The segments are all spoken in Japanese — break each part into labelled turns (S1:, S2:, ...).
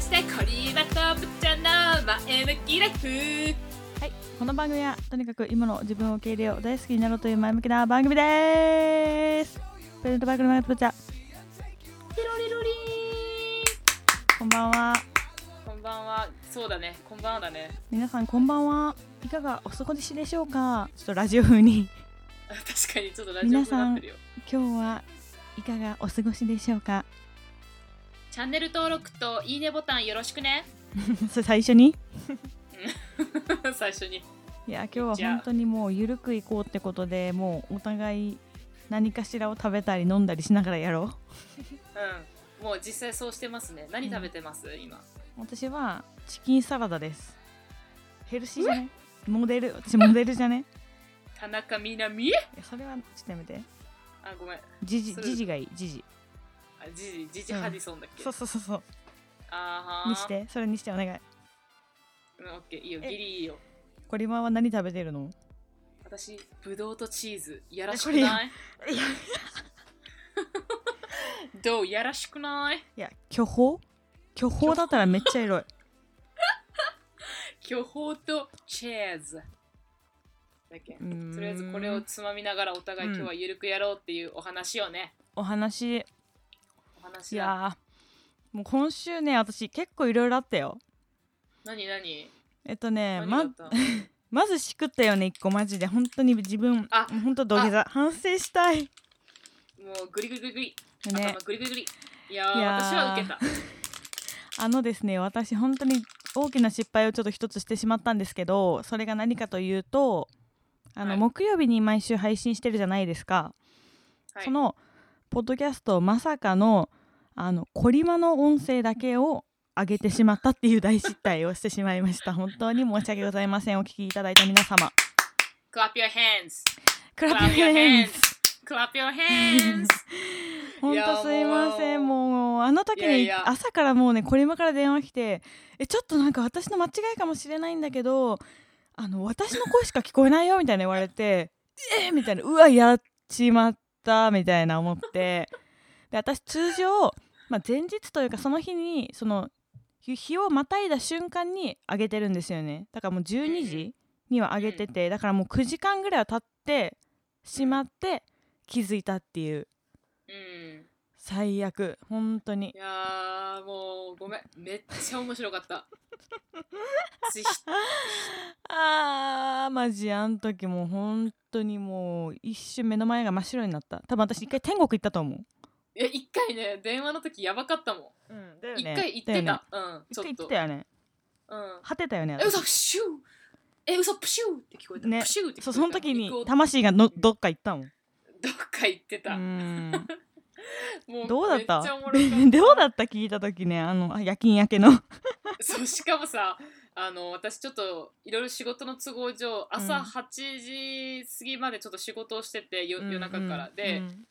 S1: してこりはとぶちゃんの前向きライフ
S2: はい、この番組はとにかく今の自分を受け入れよう大好きになろうという前向きな番組ですプレゼントバイクのマヨトブチャ
S1: テロリロリ
S2: こんばんは
S1: ーンこんばんはそうだねこんばんはだね
S2: 皆さんこんばんはいかがお過ごしでしょうかちょっとラジオ風に
S1: 確かにちょっとラジオになってるよ
S2: 今日はいかがお過ごしでしょうか
S1: チャンネル登録といいねボタンよろしくね
S2: それ最初に
S1: 最初に
S2: いや今日は本当にもうゆるくいこうってことでもうお互い何かしらを食べたり飲んだりしながらやろ
S1: うんもう実際そうしてますね何食べてます、今
S2: う私はチキンサラダですヘルシーじゃねモデル私モデルじゃね
S1: 田中みな実
S2: いやそれはちょっとやめて
S1: あごめんあ
S2: ジジ
S1: それ
S2: ジジがいいジジ
S1: ジジジジ
S2: うん
S1: ハディソンだっけ、
S2: そうそうそうそう
S1: あーはー
S2: にしてそれにしてお願い
S1: うんオッケーいいよギ
S2: え
S1: リいいよ
S2: コリマンは何食べてるの
S1: 私ブドウとチーズやらしくない
S2: えこれいや
S1: どうやらしくない
S2: いや巨峰巨峰だったらめっちゃエロい
S1: 巨峰とチェーズだっけ
S2: うーん
S1: とりあえずこれをつまみながらお互い
S2: うん
S1: 今日はゆるくやろうっていうお話をね、
S2: お話い
S1: お話だ
S2: やーもう今週ね私結構いろいろあったよ
S1: 何何
S2: えっとね
S1: 何があ
S2: ま
S1: ったの
S2: まずしくったよね一個マジで本当に自分
S1: あ
S2: 本当土下座反省したい
S1: もうグリグリグリグリ、
S2: ね
S1: 頭グリグリグリいやー
S2: いやー
S1: 私は受けた
S2: あのですね私本当に大きな失敗をちょっと一つしてしまったんですけどそれが何かというとあの、
S1: はい
S2: 木曜日に毎週配信してるじゃないですか、
S1: はい
S2: そのポッドキャストをまさかのあのコリマの音声だけを上げてしまったっていう大失態をしてしまいました本当に申し訳ございませんお聞きいただいた皆様
S1: クラップ your hands
S2: クラップヘンズ
S1: clap your hands
S2: 本当すいません
S1: も
S2: もうあの時
S1: いやい
S2: に
S1: や
S2: 朝からもうねコリマから電話来て「えちょっとなんか私の間違いかもしれないんだけどあの私の声しか聞こえないよ」みたいな言われて 「えみたいな「うわやっちまった」みたいな思ってで私通常、まあ、前日というかその日にその日日をまたいだ瞬間に上げてるんですよねだからもう12時には上げててだからもう9時間ぐらいは経ってしまって気づいたっていう。
S1: うん
S2: 最悪本当に
S1: いやーもうごめんめっちゃ面白か ったぜひ
S2: あーマジあん時もう本当にもう一瞬目の前が真っ白になった多分私一回天国行ったと思う
S1: いや一回ね電話の時やばかったも
S2: うんだよ
S1: ん一、回言ってた、うん
S2: 一
S1: ちょ
S2: 回
S1: っ
S2: 行
S1: と
S2: ったよね
S1: うん
S2: 果てたよね
S1: え嘘プシューえ嘘プシューって聞こえた、
S2: ね
S1: プシューって聞こえた
S2: そうその時に
S1: 行こうどっ
S2: 魂がのどっか行ったもんう
S1: か行ってた、
S2: ーん
S1: もう
S2: どうだった
S1: めっちゃおもろ
S2: どうだった聞いた時ねあのあ夜勤明けの
S1: そうしかもさあの私ちょっといろいろ仕事の都合上朝
S2: うん
S1: 8時過ぎまでちょっと仕事をしててよ
S2: うん
S1: 夜中から、で、
S2: うん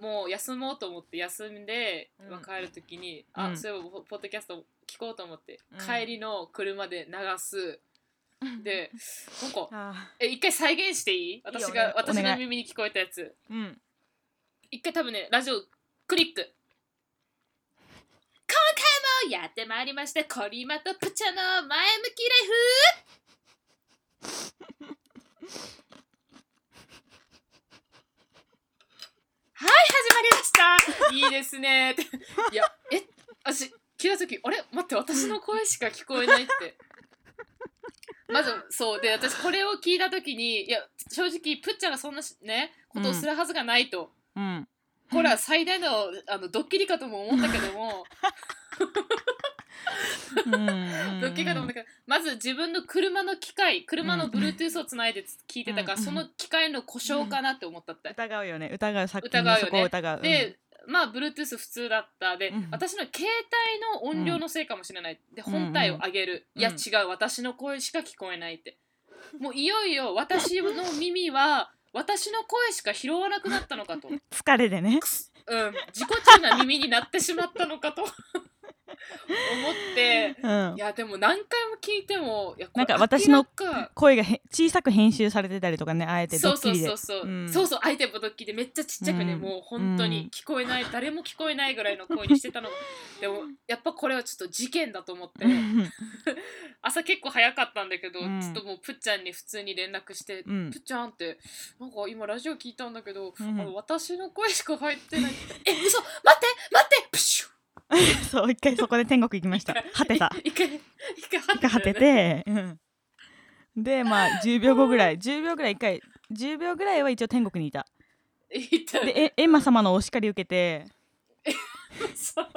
S1: もう休もうと思って休んで、
S2: うん
S1: まあ、帰る時に、
S2: う
S1: あ
S2: ん
S1: そういえばポポッドキャスト聞こうと思って、
S2: うん
S1: 帰りの車で流 すでなんか
S2: あ
S1: え一回再現していい私が
S2: いいよお願い
S1: 私
S2: お
S1: の
S2: 願い
S1: 耳に聞こえたやつ
S2: ーうん
S1: 一回多分ねラジオクリック今回もやってまいりましたコリマとプチャの前向きライフはい始まりましたいいですねっていやえ私聞いた時あれ待って私の声しか聞こえないってまずそうで私これを聞いた時にいや正直プッチャがそんなしねことをするはずがないと、
S2: うん
S1: これは最大のあのドッキリかとも思ったけども、
S2: うん
S1: ドッキリかと思ったけどまず自分の車の機械車の
S2: うん
S1: Bluetooth をつないで聞いてたから、
S2: うん
S1: その機械の故障かなって思ったって、
S2: 疑うよね疑う作品
S1: 疑うよ
S2: の
S1: ね
S2: そこを疑う
S1: でまあ Bluetooth 普通だったで、
S2: うん
S1: 私の携帯の音量のせいかもしれない、で
S2: うん
S1: 本体を上げる、
S2: うん
S1: いや違う私の声しか聞こえないってもういよいよ私の耳は私の声しか拾わなくなったの かと
S2: うん疲れでね
S1: うん、自己中な耳になってしまったのかとって
S2: うん
S1: い、やでも何回も聞いてもいやこれ
S2: なんか私の
S1: 明らか
S2: 声がへ小さく編集されてたりとかねあえてド
S1: そうそう
S2: ッキリで
S1: そうそう、
S2: うん
S1: そうそうアイテムドッキリでめっちゃちっちゃくね、
S2: うん
S1: もう本当
S2: うん
S1: に聞こえない、誰も聞こえないぐらいの声にして たのでもやっぱこれはちょっと事件だと思って
S2: うん
S1: 朝結構早かったんだけど、
S2: うん
S1: ちょっともうぷっちゃんに普通に連絡して「
S2: うん
S1: ぷっちゃん」って「なんか今ラジオ聞いたんだけど、
S2: うん
S1: あの私の声しか入ってない」え嘘待って待って!」プシュッ
S2: そう一回そこで天国行きました果てた
S1: 一回一回
S2: 一回果て
S1: ね
S2: て、うんでまあ10秒後ぐらい10秒ぐらい一回10秒ぐらいは一応天国にいた
S1: 言ったよね
S2: でえエンマ様のお叱り受けて
S1: そう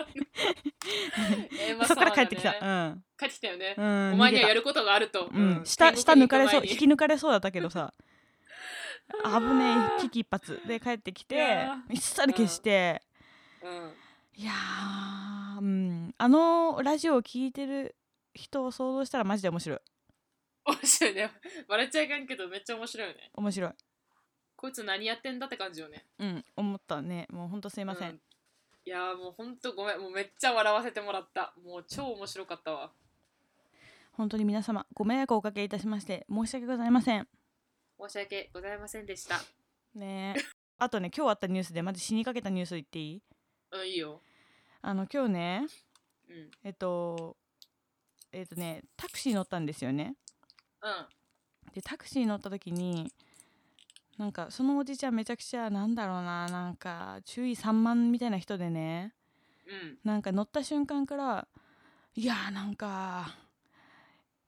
S1: ねえまあ
S2: そこから
S1: そ
S2: 帰
S1: う
S2: ってきた、
S1: だね帰ってきたよね
S2: う、ん、うん、
S1: お前に
S2: 逃
S1: は
S2: げた
S1: やることがあると、
S2: うん、
S1: 天
S2: 下
S1: 国
S2: 下抜かれそう
S1: に
S2: 引
S1: 行
S2: き抜かれそうだったけ どさ危ねえ危機一髪で帰ってき
S1: い
S2: て
S1: や
S2: 一切消して、
S1: く前にうん
S2: いやー、うん、あのラジオを聞いてる人を想像したらマジで面白い
S1: 面白いね笑っちゃいかんけどめっちゃ面白いよね
S2: 面白い、
S1: こいつ何やってんだって感じよね
S2: うん、思ったねもうほんとすいません、
S1: ういやーもうほんとごめんもうめっちゃ笑わせてもらったもう超面白かったわ
S2: 本当に皆様ご迷惑をおかけいたしまして申し訳ございません
S1: 申し訳ございませんでした
S2: ねえあとね今日あったニュースでマジ死にかけたニュース言っていい
S1: うんいいよ
S2: あの今日ね
S1: うんうん
S2: えっとえっとねタクシー乗ったんですよねでタクシー乗った時になんかそのおじちゃんめちゃくちゃなんだろうななんか注意散漫みたいな人でね
S1: うん
S2: なんか乗った瞬間からいやーなんか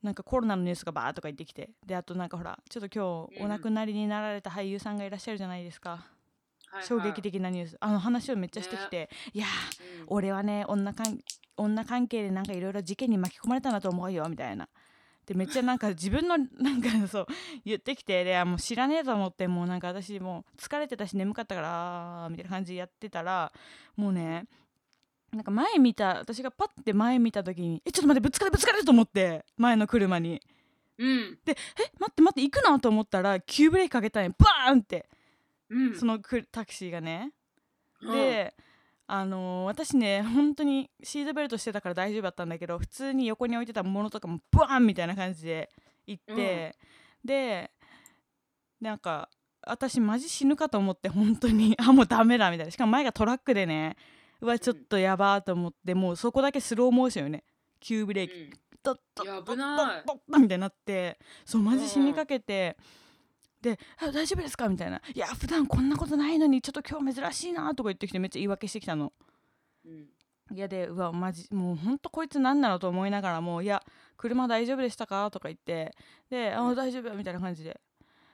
S2: なんかコロナのニュースがバーっとか言ってきてであとなんかほらちょっと今日
S1: うん
S2: お亡くなりになられた俳優さんがいらっしゃるじゃないですか、
S1: はいはい
S2: 衝撃、的なニュースあの話をめっちゃしてきて、いやー
S1: うん
S2: 俺はね女関女関係でなんかいろいろ事件に巻き込まれたなと思うよみたいな。でめっちゃな んか自分のなんかそう言ってきてであもう知らねえと思ってもうなんか私もう疲れてたし眠かったからあーみたいな感じでやってたらもうねなんか前見た私がパッて前見た時に「えちょっと待ってぶつかるぶつかる!」と思って前の車に
S1: うん
S2: 「え待って待って行くな!」と思ったら急ブレーキかけたんやバーンって
S1: うん
S2: そのくタクシーがね。
S1: うん
S2: で、あのー私ね本当にシートベルトしてたから大丈夫だったんだけど普通に横に置いてたものとかもバーンみたいな感じで行って、でなんか私マジ死ぬかと思って本当にあもうダメだみたいなしかも前がトラックでねうわちょっとやばーと思ってもうそこだけスローモーションよね急ブレーキ、ドッドッドッド
S1: いや危ない
S2: ッドッドッみたいになってそうマジ死にかけて、であ「大丈夫ですか?」みたいな「いや普段こんなことないのにちょっと今日珍しいな」とか言ってきてめっちゃ言い訳してきたの。
S1: うんうん
S2: いやでうわマジもうほんとこいつ何なのと思いながらもう「いや車大丈夫でしたか?」とか言ってで「あ
S1: うん
S2: 大丈夫」みたいな感じで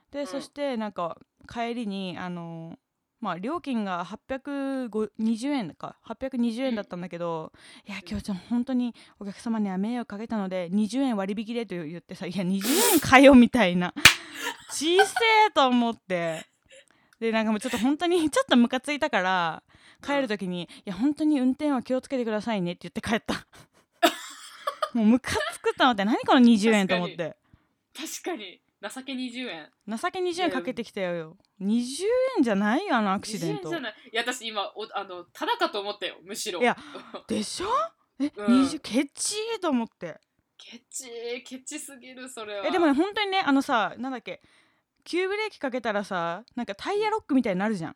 S2: で、
S1: ん
S2: そしてなんか帰りにあのまあ料金が820円か820円だったんだけど「いや今日ちょっと本当にお客様には迷惑かけたので20円割引で」と言ってさ「いや20円かよ」みたいな小せえと思ってでなんかもうちょっと本当に ちょっとムカついたから帰る時に「いや本当に運転は気をつけてくださいね」って言って帰った もうムカつくと思って何この20円と思って
S1: 確かに情け20円
S2: 情け20円かけてきたよ20円じゃないよあのアクシデ
S1: 20
S2: ン
S1: 円
S2: ト
S1: じゃないいや私今おあのただかと思ったよむしろ
S2: いやでしょえ、
S1: うん
S2: 20ケチーと思って
S1: ケチケチすぎるそれは
S2: えでもね本当にねあのさなんだっけ急ブレーキかけたらさなんかタイヤロックみたいになるじゃん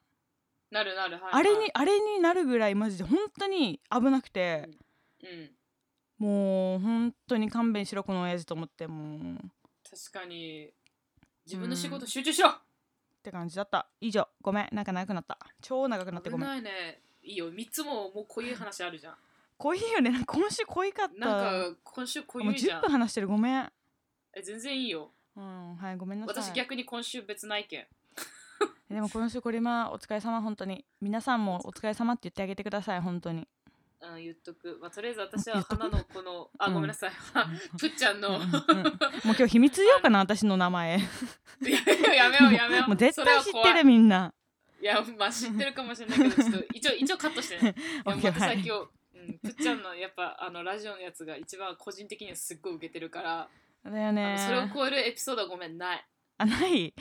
S1: なるなるはい
S2: あれ
S1: は
S2: にあれになるぐらいマジで本当に危なくて
S1: いうん
S2: もう本当に勘弁しろこの親父と思ってもうっ
S1: 確かに自分の仕事集中しろ、
S2: て感じだった以上ごめんなんか長くなった超長くなって
S1: 危
S2: ごめん
S1: ないねいいよ3つももうこういう話あるじゃん
S2: 濃いよねなん か今週濃いかった
S1: なんか今週こう
S2: も
S1: いううじゃ
S2: 10
S1: ん
S2: 分話してるごめん
S1: え全然いいよ
S2: うんはいごめんなさい
S1: 私逆に今週別な意見
S2: でも今週これまお疲れ様本当に皆さんもお疲れ様って言ってあげてください本当に
S1: うん、言っとく、まあ、とりあえず私
S2: 言
S1: は
S2: っとく
S1: 花のこのあ
S2: うん
S1: ごめんなさ いぷっちゃん
S2: うん
S1: の
S2: うんうんもう今日秘密言おうかな私の 名前
S1: いややめようやめよう
S2: もう絶
S1: それ
S2: 対
S1: は
S2: 知っ
S1: 怖
S2: て
S1: い
S2: るみんない
S1: やまあ知ってるかもしれないけどちょっと一応一応カットしてねいやもう
S2: OK
S1: 私
S2: は
S1: はい今日、うん、ぷっちゃんのやっぱあのラジオのやつが一番個人的にはすっごい受けてるから、
S2: だよ
S1: あのそれを
S2: ね
S1: 超えるエピソードはごめんない。
S2: あない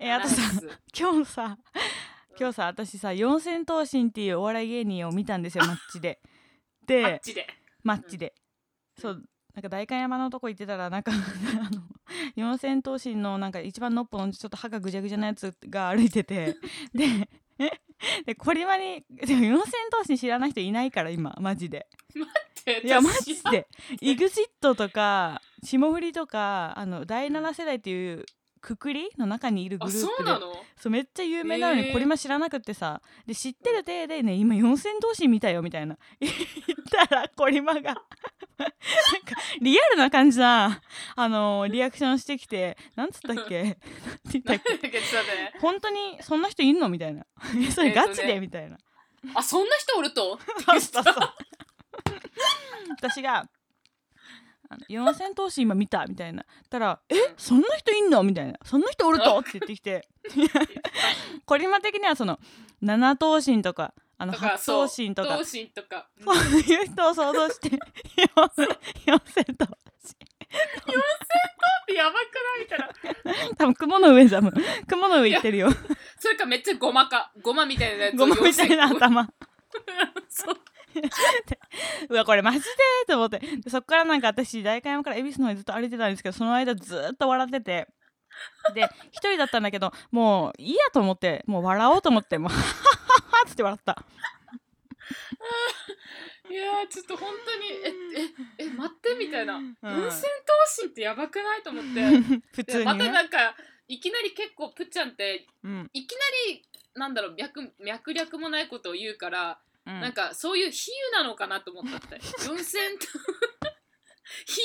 S2: えあとさ
S1: ないです
S2: 今日さ今日さ私さ四千頭身っていうお笑い芸人を見たんですよマッチで
S1: あっ
S2: で
S1: ちで。
S2: マッチで、そうなんか代官山のとこ行ってたらなんかあの四千頭身のなんか一番のっぽのちょっと歯がぐじゃぐじゃなやつが歩いててででこれはにでも四千頭身知らない人いないから今マジで
S1: って
S2: いやマ
S1: 私
S2: ジで EXIT とか霜降りとかあの第7世代っていうくくりの中にいる
S1: あ
S2: グループ
S1: そ
S2: で
S1: うなの
S2: そうめっちゃ有名なのに、
S1: へー
S2: これも知らなくってさで知ってる体でね今四千頭身見たよみたいな 言ったらコリマがなんかリアルな感じなあのリアクションしてきてなんつった っけなんて言った
S1: な
S2: っ
S1: んだ
S2: け
S1: っけちょっと待ってね
S2: 本当にそんな人いるのみたいな えそれガチ
S1: えっと
S2: で
S1: ね
S2: みたいな
S1: あそんな人おると
S2: そうそうそう 私があの四千頭身今見たみたいなたら「えそんな人いんの?」みたいな「そんな人おると?」って言ってき てコリマ的にはその七頭身とかあの
S1: とか
S2: 八頭身とか
S1: 同心とか
S2: そういう人を想像して四千四千頭
S1: やばくないみたいな
S2: 身多分雲の上だもん雲の上行ってるよ
S1: それかめっちゃごまかごまみたいなやつ
S2: ごまみたいな
S1: 要するに
S2: 頭
S1: そう
S2: うわこれマジでと思ってでそっからなんか私代官山から恵比寿の方にずっと歩いてたんですけどその間ずっと笑っててで一人だったんだけどもういいやと思ってもう笑おうと思ってもうハッハッハッつって笑った
S1: いやーちょっと本当にえええ待ってみたいな
S2: うん
S1: 四千頭身ってやばくないと思って
S2: 普通
S1: で
S2: に
S1: また
S2: ね、
S1: なんかいきなり結構ぷっちゃんって
S2: うん
S1: いきなりなんだろう脈脈略もないことを言うから、
S2: うん
S1: なんかそういう比喩なのかなと思った って四千比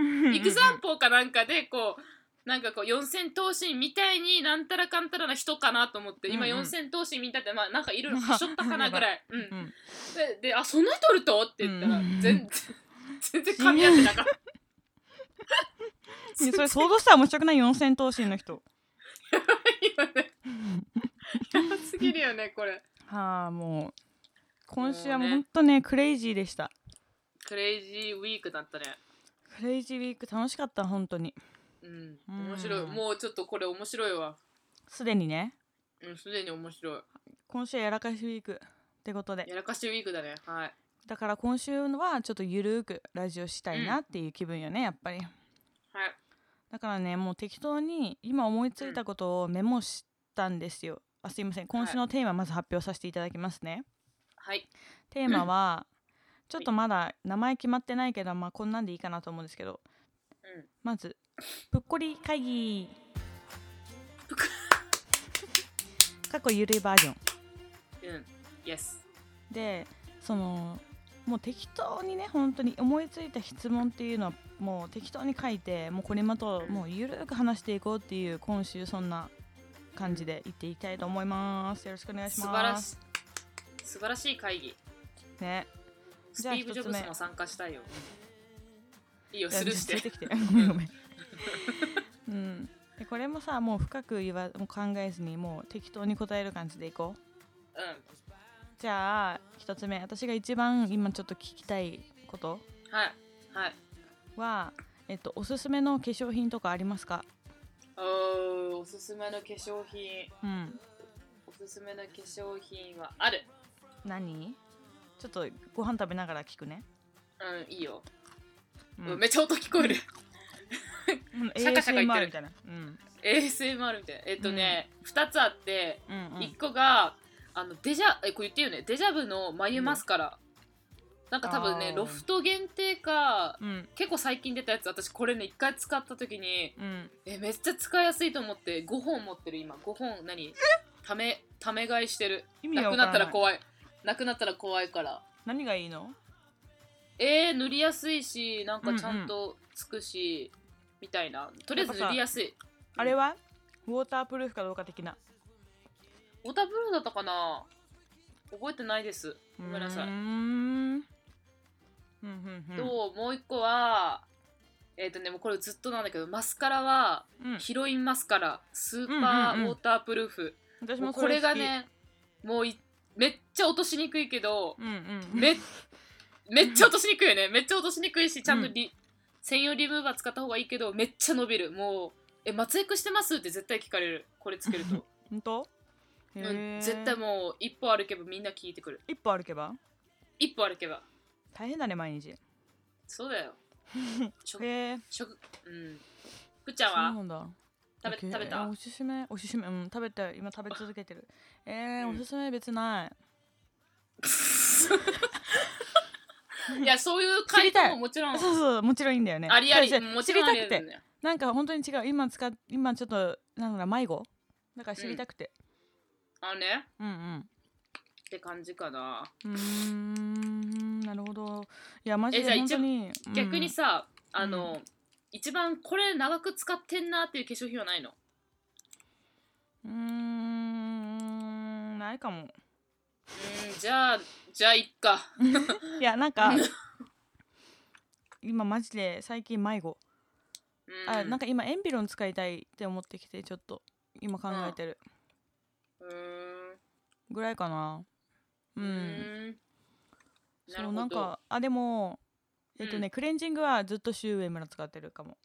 S1: 喩エクザンポーかなんかでこうなんかこう四千頭身みたいになんたらかんたらな人かなと思って今
S2: うんうん
S1: 四千頭身みたいでまあなんかいろいろはしょったかなぐら い、うん
S2: うん
S1: でであそんな人おるとって言ったら、
S2: うん
S1: 全然全然噛み合ってなかった
S2: いやそれ想像したら面白くない四千頭身の人
S1: よねやばすぎるよねこれ
S2: はあもう今週はも
S1: もう
S2: う
S1: ね
S2: ほんとねクレイジーでした
S1: クレイジーウィークだったね
S2: クレイジーウィーク楽しかった本当に
S1: うん
S2: うん
S1: 面白いもうちょっとこれ面白いわ
S2: すでにね
S1: うんすでに面白い
S2: 今週はやらかしウィークってことで
S1: やらかしウィークだねはい
S2: だから今週のはちょっとゆるーくラジオしたいなっていう気分よね、やっぱり
S1: はい
S2: だからねもう適当に今思いついたことをメモしたんですよ、あすいません今週のテーマまず発表させていただきます ね、
S1: はい
S2: テーマは、ちょっとまだ名前決まってないけどまあこんなんでいいかなと思うんですけど
S1: うん
S2: まずぷっこり会 議過去ゆるいバージョン
S1: うんイエス
S2: でそのもう適当にね本当に思いついた質問っていうのはもう適当に書いてもうこれまともうゆるく話していこうっていう今週そんな感じで行っていきたいと思いますよろしくお願いし
S1: 素
S2: ます
S1: 晴らしい素晴らしい会議
S2: ね
S1: ス
S2: じ
S1: テ
S2: ゃあ
S1: ィーブ・ジョブ
S2: 一つ
S1: ズ
S2: 目
S1: も参加したいよいいよスルーし
S2: いやちょ
S1: て
S2: っと連れてきて ごめんごめんうんでこれもさもう深く言わもう考えずにもう適当に答える感じでいこう
S1: う
S2: じゃあ一つ目私が一番今ちょっと聞きたいこと
S1: んはいはい
S2: はえっとおすすめの化粧品とかありますか
S1: おーおすすめの化粧品
S2: うん
S1: おすすめの化粧品はある
S2: 何ちょっとご飯食べながら聞くね、
S1: うんいいよ、
S2: うん
S1: めっちゃ音聞こえる シャカシャカ言ってる
S2: ASMR みたいな、うん、
S1: ASMR みたいなえっとね、二2つあって
S2: うんうん
S1: 1個があのデジャえこれ言っていいよねデジャブの眉マスカラ、なんか多分
S2: あ
S1: ね
S2: ー
S1: ロフト限定か
S2: うん
S1: 結構最近出たやつ私これね1回使った時に
S2: うん
S1: えめっちゃ使いやすいと思って5本持ってる今5本何ためため買いしてる
S2: 意味
S1: な
S2: が
S1: く
S2: 分
S1: な
S2: から
S1: った
S2: ない
S1: ら怖いなくなったら怖いから
S2: 何がいいの
S1: えー、塗りやすいしなんかちゃんとつくし、みたいなとりあえず塗りやすい
S2: あれはウォータープルーフかどうか的な
S1: オタブルーだったかな覚えてないですごめんなさい、
S2: うーんうんうんうん
S1: ともう一個はえっ、とねもうこれずっとなんだけどマスカラは
S2: うん
S1: ヒロインマスカラスーパ
S2: うんうん
S1: ー
S2: うん
S1: ウォータープルーフ、
S2: 私
S1: も
S2: も
S1: うこれ
S2: 好
S1: が
S2: き
S1: ねもういめっちゃ落としにくいけど、
S2: うんうん
S1: めめっちゃ落としにくいよねめっちゃ落としにくいしちゃんとリ、専用リムーバー使った方がいいけどめっちゃ伸びるもう「え松江区してます?」って絶対聞かれるこれつけると、
S2: 本当
S1: う
S2: へ
S1: ん
S2: ー
S1: 絶対もう一歩歩けばみんな聞いてくる
S2: 一歩歩けば
S1: 一歩歩けば
S2: 大変だね毎日
S1: そうだよ 食
S2: へえ
S1: 食うんくっちゃん
S2: そうな
S1: は
S2: んだ
S1: 食べ
S2: OK
S1: 食べ
S2: え
S1: た
S2: おすすめおすすめうん食べて今食べ続けてるえー
S1: うん
S2: おすすめ別ない
S1: いやそういう回答ももちろん
S2: そうそうもちろんいいんだよね
S1: ありあり
S2: そうそう
S1: もちろんあ
S2: 知
S1: りあ
S2: りたくて
S1: りね
S2: なんか本当に違う今使っ今ちょっとなんだろう迷子だから知りたくて、
S1: あね
S2: うん、うん
S1: って感じかな、
S2: うーんなるほどいやマジ
S1: えじゃあ
S2: で本当に
S1: 逆に
S2: うん
S1: さあの、一番これ長く使ってんなっていう化粧品はないの
S2: うーんないか
S1: う
S2: も
S1: んじゃあじゃあいっか
S2: いやなんか今マジで最近迷子、
S1: うん
S2: あなんか今エンビロン使いたいって思ってきてちょっと今考えてる
S1: うーん
S2: ぐらいかなうん、
S1: うーんなる
S2: そう
S1: ほど
S2: なんかあでもえっとね、
S1: う
S2: クレンジングはずっとシュウエムラ使ってるかも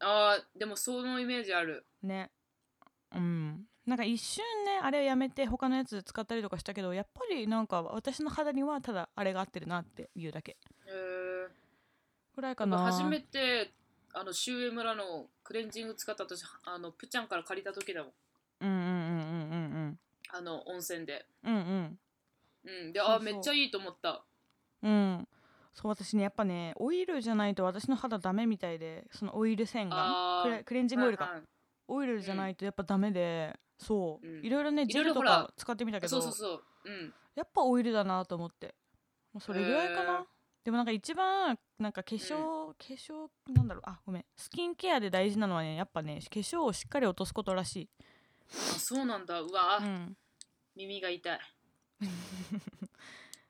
S1: あーでもそのイメージある
S2: ねうんなんか一瞬ねあれをやめて他のやつ使ったりとかしたけどやっぱりなんか私の肌にはただあれが合ってるなっていうだけ
S1: へえ
S2: ぐらいか
S1: なんか
S2: な
S1: 初めてあのシュウエムラのクレンジング使った私あのプチャンから借りた時だもん
S2: うんうんうんうん
S1: あの温泉で
S2: うんうんうん
S1: うんで
S2: そう
S1: あ
S2: そう
S1: めっちゃいいと思った
S2: うんそう私ねやっぱねオイルじゃないと私の肌ダメみたいでそのオイル洗顔
S1: あ
S2: ク
S1: ー
S2: レクレンジングオイルか、
S1: はいはい
S2: オイルじゃないとやっぱダメで、そう、
S1: うん
S2: いろいろね
S1: い
S2: ジ
S1: ろい
S2: ェ
S1: ろ
S2: ルと
S1: ほら
S2: か使ってみたけど
S1: そうそうそううん
S2: やっぱオイルだなと思って、まあ、それぐらいかな、
S1: へー
S2: でもなんか一番なんか化粧、化粧なんだろうあごめんスキンケアで大事なのはねやっぱね化粧をしっかり落とすことらしい、
S1: あそうなんだうわ、
S2: うん、
S1: 耳が痛い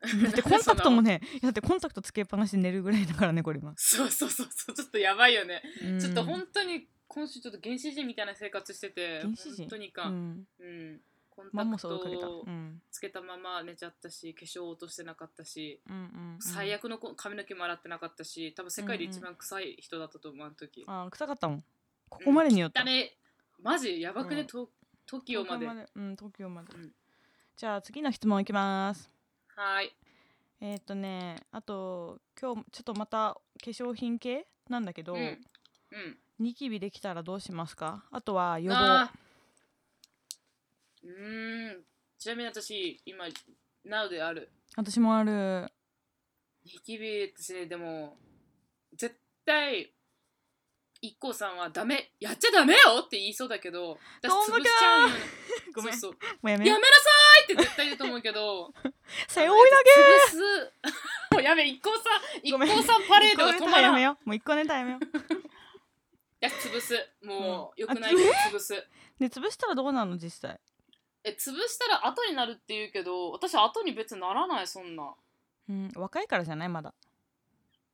S2: だってコンタクトもねだってコンタクトつけっぱなしで寝るぐらいだからねこれ今、
S1: そうそうそうそうちょっとやばいよね、
S2: うん
S1: ちょっと本当に今週ちょっと原始人みたいな生活してて
S2: 原始人
S1: 本当にいか、
S2: うんん、
S1: うんコン
S2: マンモ
S1: タク
S2: スを
S1: ト
S2: 追いかけた、うん、
S1: を
S2: うん
S1: つけたまま寝ちゃったし化粧を落としてなかったし
S2: うんうん
S1: 最悪のこ髪の毛も洗ってなかったし多分世界で一番臭い人だったと思うあの時
S2: あー臭かったもんここまでによった、
S1: だねマジやばく
S2: う
S1: ね、
S2: ん
S1: と
S2: 東
S1: TOKIO まで
S2: うん東京まで、
S1: うん
S2: じゃあ次の質問いきます
S1: はーい
S2: えーっ、とねあと今日ちょっとまた化粧品系なんだけど、
S1: うんうん
S2: ニキビできたらどうしますかあとは予防
S1: あーうーんちなみに私今 NOW である
S2: 私もある
S1: ニキビ私ねでも絶対 IKKO さんはダメやっちゃダメよって言いそうだけど私
S2: ど
S1: 潰
S2: う
S1: し
S2: もか
S1: ちゃうよね
S2: ごめん
S1: そうそう
S2: もうやめ
S1: やめなさいって絶対言うと思うけど
S2: 背負い投
S1: げ潰す もうやべ一行さん一
S2: ごめん
S1: 行さんパ
S2: げ
S1: レードが
S2: 一
S1: 止
S2: 個ネ
S1: ま
S2: タや
S1: らん
S2: め
S1: いや
S2: ようもう一個ネタやめよう
S1: 潰すもう、
S2: うん
S1: よくないけど潰す
S2: ね潰したらどうなの実際
S1: え潰したら後になるって言うけど私後に別にならないそんな
S2: うん若いからじゃないまだ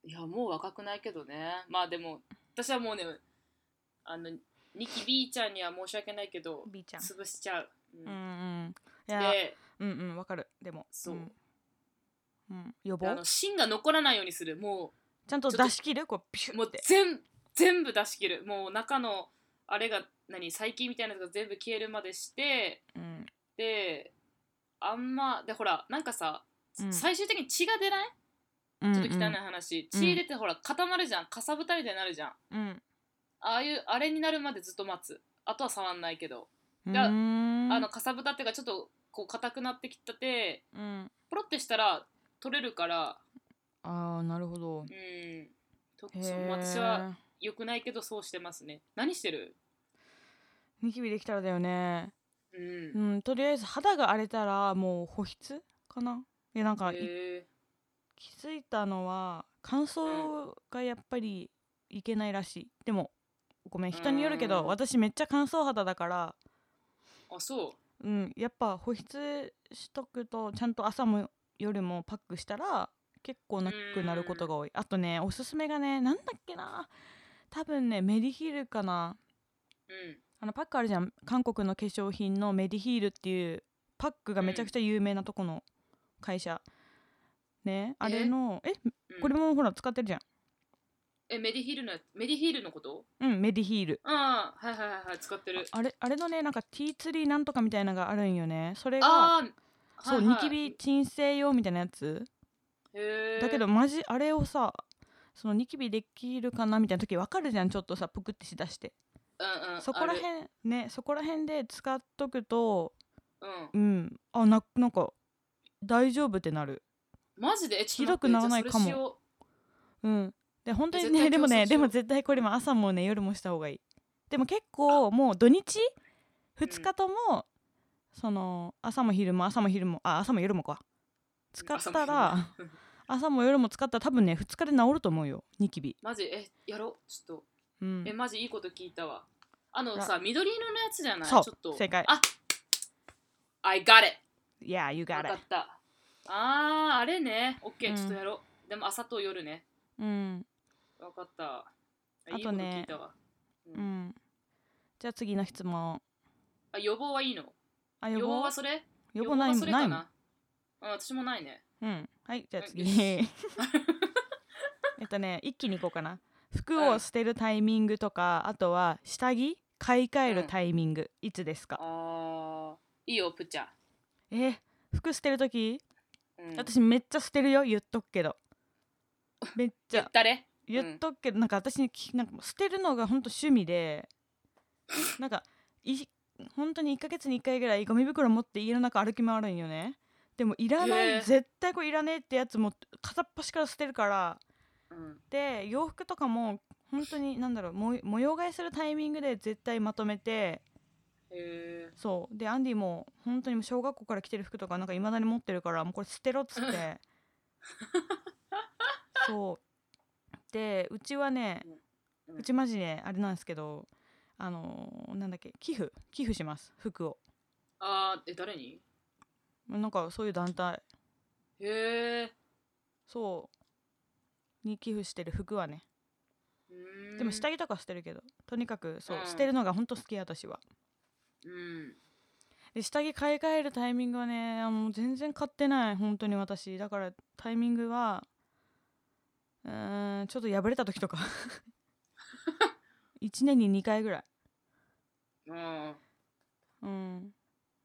S1: いやもう若くないけどねまあでも私はもうねあのニキビーちゃんには申し訳ないけど
S2: B ちゃん
S1: 潰しちゃう、うん
S2: うんうんいや
S1: で
S2: うんうんわかるでも
S1: そうん
S2: うん、予
S1: あ
S2: 防
S1: の芯が残らないようにするも
S2: ちゃんと
S1: ちょっと
S2: 出し切るこうピシ
S1: うも
S2: ュっ
S1: う
S2: て
S1: 全全部出し切るもう中のあれが何細菌みたいなのが全部消えるまでして
S2: うん
S1: であんまでほらなんかさ、
S2: うん
S1: 最終的に血が出ない
S2: ちょ
S1: ちょっと汚い話、
S2: うん
S1: 血出てほら固まるじゃんかさぶたみたいになるじゃん
S2: うん
S1: ああいうあれになるまでずっと待つあとは触んないけど、
S2: うん
S1: ゃあ
S2: うーん
S1: あのかさぶたっていうかちょっとこう硬くなってきたて
S2: うん
S1: ポロってしたら取れるから
S2: ああなるほど
S1: うんと
S2: へ
S1: そう
S2: ー
S1: 私は良くないけどそうしてますね何してる
S2: ニキビできたらだよね
S1: うん、
S2: うんとりあえず肌が荒れたらもう保湿かないやなんかい
S1: へ
S2: 気づいたのは乾燥がやっぱりいけないらしいでもごめん人によるけ
S1: う
S2: ど
S1: ん
S2: 私めっちゃ乾燥肌だから
S1: ーあそう
S2: うんやっぱ保湿しとくとちゃんと朝も夜もパックしたら結構なくなることが多いあとねおすすめがねなんだっけな多分ねメディヒールかな
S1: うん
S2: あのパックあるじゃん韓国の化粧品のメディヒールっていうパックがめちゃくちゃ有名なとこの会社、ねあれのえ
S1: うん
S2: これもほら使ってるじゃん
S1: えメディヒールのやメディヒールのこと
S2: うんメディヒール
S1: ああはいはいはいはい使ってる
S2: あれあれのねなんかティーツリーなんとかみたいなのがあるんよねそれが
S1: ああ
S2: そうニキビ鎮静用みたいなやつ
S1: へー
S2: だけどマジあれをさそのニキビできるかなみたいな時わかるじゃんちょっとさぷくってしだして
S1: うんうん
S2: そこら
S1: ある
S2: 辺ねそこら辺で使っとくと
S1: うん
S2: うんあななんか大丈夫ってなる
S1: マジでえちょっと
S2: ひどくならないかも
S1: じゃあそれしよ
S2: うんで本当に
S1: 絶
S2: ね
S1: 対
S2: でも
S1: 競
S2: ね
S1: 争し
S2: で
S1: よう
S2: も絶対これも朝もね夜もした方がいいでも結構もう土日
S1: ん
S2: 2日とも、その朝も昼も朝も昼もあ朝も夜もか
S1: う
S2: 使っ
S1: 朝
S2: た
S1: も昼も
S2: ら
S1: うん
S2: 朝も夜も使ったら多分ね2日で治ると思うよニキビ
S1: マジえやろうちょっと
S2: うん
S1: えマジいいこと聞いたわあの
S2: な
S1: さ緑色のやつじゃないち
S2: そ
S1: ょ
S2: う
S1: っと
S2: 正解
S1: あ I got it
S2: Yeah you
S1: わ
S2: got
S1: か
S2: it
S1: ったあーあれねオッケ
S2: う
S1: ー
S2: ん
S1: ちょっとやろうでも朝と夜ね
S2: うん
S1: わかった
S2: あと
S1: いいこと
S2: ね
S1: 聞いたわう
S2: うんんじゃあ次の質問
S1: あ予防はいいの
S2: あ
S1: 予
S2: 予
S1: 防
S2: 防
S1: はそれ
S2: 予防ない
S1: は
S2: も
S1: そ
S2: ん
S1: れ
S2: な
S1: か
S2: いもん
S1: なうん私もないね
S2: うんはいじゃあ次
S1: うん
S2: え っとね一気にいこうかな服を捨てるタイミングとか、あとは下着買い替えるタイミング、いつですか
S1: あーいいよプッチャ
S2: えー服捨てる時、
S1: うん
S2: 私めっちゃ捨てるよ言っとくけどめっち
S1: 言っ
S2: ゃ
S1: たれ
S2: 言っとくけど、なんか私にきなんかもう捨てるのがほんと趣味でなんかい本当に1ヶ月に1回ぐらいゴミ袋持って家の中歩き回るんよねでもいらない、
S1: へえ
S2: 絶対これいらねえってやつも片っ端から捨てるから
S1: うん
S2: で洋服とかも本当に何だろうも模様替えするタイミングで絶対まとめて
S1: へ
S2: そうでアンディも本当に小学校から着てる服とかなんかいまだに持ってるからもうこれ捨てろっつって そうでうちはね
S1: うんうん
S2: うちマジねあれなんですけどあのーなんだっけ寄付寄付します服を
S1: あーえ誰に
S2: なんかそういう団体
S1: へえ
S2: そうに寄付してる服はねでも
S1: い
S2: 下着とか捨てるけどとにかくそう、
S1: うん
S2: 捨てるのが本当好き私は
S1: うん
S2: で下着買い替えるタイミングはねあもう全然買ってない本当に私だからタイミングはうーんちょっと破れた時とか1年に2回ぐらい
S1: あ
S2: うん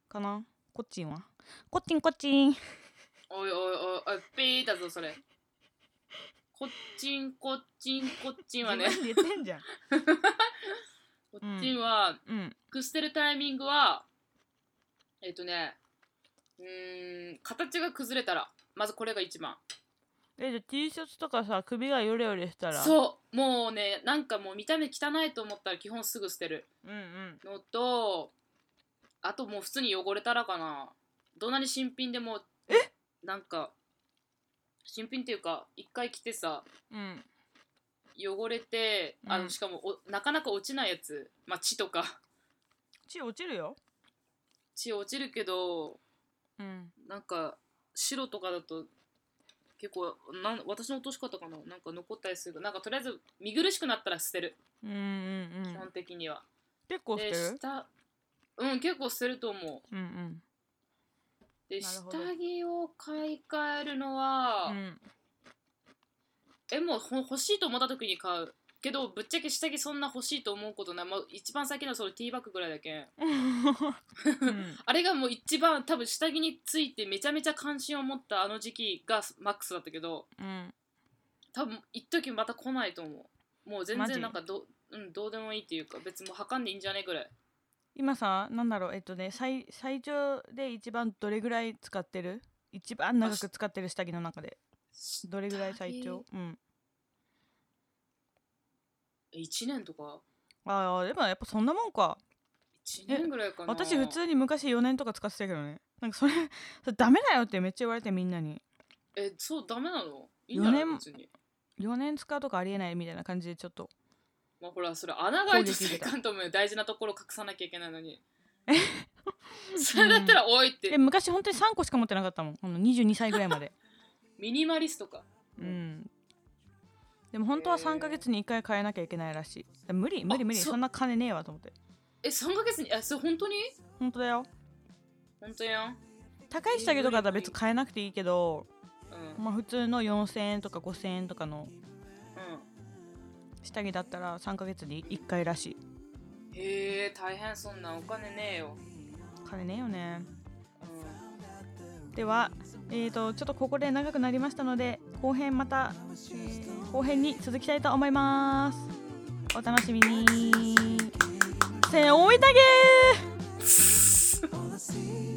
S2: かなこっちんはこっちんこっちん
S1: ーおいおいおいおいピーだぞそれこっちんこっちんこっちんはね
S2: 自分で言ってんじゃん
S1: こっちんは、
S2: うん
S1: 服捨てるタイミングはえっ、とねうーん形が崩れたらまずこれが一番
S2: えじゃあ T シャツとかさ首がヨレヨレしたらう
S1: そうもうねなんかもう見た目汚いと思ったら基本すぐ捨てる
S2: うんうん
S1: のとあともう普通に汚れたらかなどんなに新品でもなんか新品っていうか一回着てさ
S2: うん
S1: 汚れてあ
S2: う
S1: の
S2: ん
S1: しかもおなかなか落ちないやつまあ血とか
S2: 血落ちるよ
S1: 血落ちるけど
S2: うん
S1: なんか白とかだと結構なん私の落とし方かななんか残ったりするなんかとりあえず見苦しくなったら捨てる、
S2: うんうんう
S1: 基本
S2: ん
S1: 的には
S2: 結構捨て
S1: で
S2: る
S1: 下うん結構捨てると思う
S2: うんうん
S1: で
S2: なる
S1: 下
S2: ほど
S1: 着を買い替えるのは、
S2: うん
S1: えもうほ欲しいと思った時に買うけどぶっちゃけ下着そんな欲しいと思うことない、まあ、一番最近のそのティーバッグぐらいだけん
S2: うん
S1: あれがもう一番多分下着についてめちゃめちゃ関心を持ったあの時期がマックスだったけど
S2: うん
S1: 多分一時また来ないと思うもう全
S2: マジ
S1: 然なんかど,、うん、どうでもいいっていうか別にもう測んでいいんじゃねえぐらい
S2: 今さなんだろうえっとね最最長で一番どれぐらい使ってる一番長く使ってる下着の中でどれぐらい最長うん
S1: 1年とか
S2: ああでもやっぱそんなもんか
S1: 1年ぐらいかな
S2: 私普通に昔4年とか使ってたけどねなんかそれ それダメだよってめっちゃ言われてみんなに
S1: えそうダメなのいいんじゃない
S2: 四年
S1: 別に
S2: 4年使うとかありえないみたいな感じでちょっと
S1: まあほらそれ穴が開いてていかんと思うよ大事なところ隠さなきゃいけないのに それだったら多いって、
S2: で昔本当に3個しか持ってなかったもんほんの22歳ぐらいまで
S1: ミニマリストか
S2: うんでも本当は3ヶ月に1回変えなきゃいけないらしいで無理無理無理
S1: そ
S2: そんな金ねえわと思って
S1: え3ヶ月にえそれ本当に
S2: 本当だよ
S1: 本当やん
S2: 高い下着とかだったら別に買えなくていいけど、
S1: うん
S2: まあ、普通の4000円とか5000円とかの
S1: う
S2: 下着だったら3ヶ月に1回らしい
S1: ん 예,へえ大変そんなお金ねえよ、
S2: 金ねえよね
S1: 어.うん、
S2: では、えー、とちょっとここで長くなりましたので後編また、えー後編に続きたいと思いますお楽しみにせーおいたげー
S1: す。
S3: All I see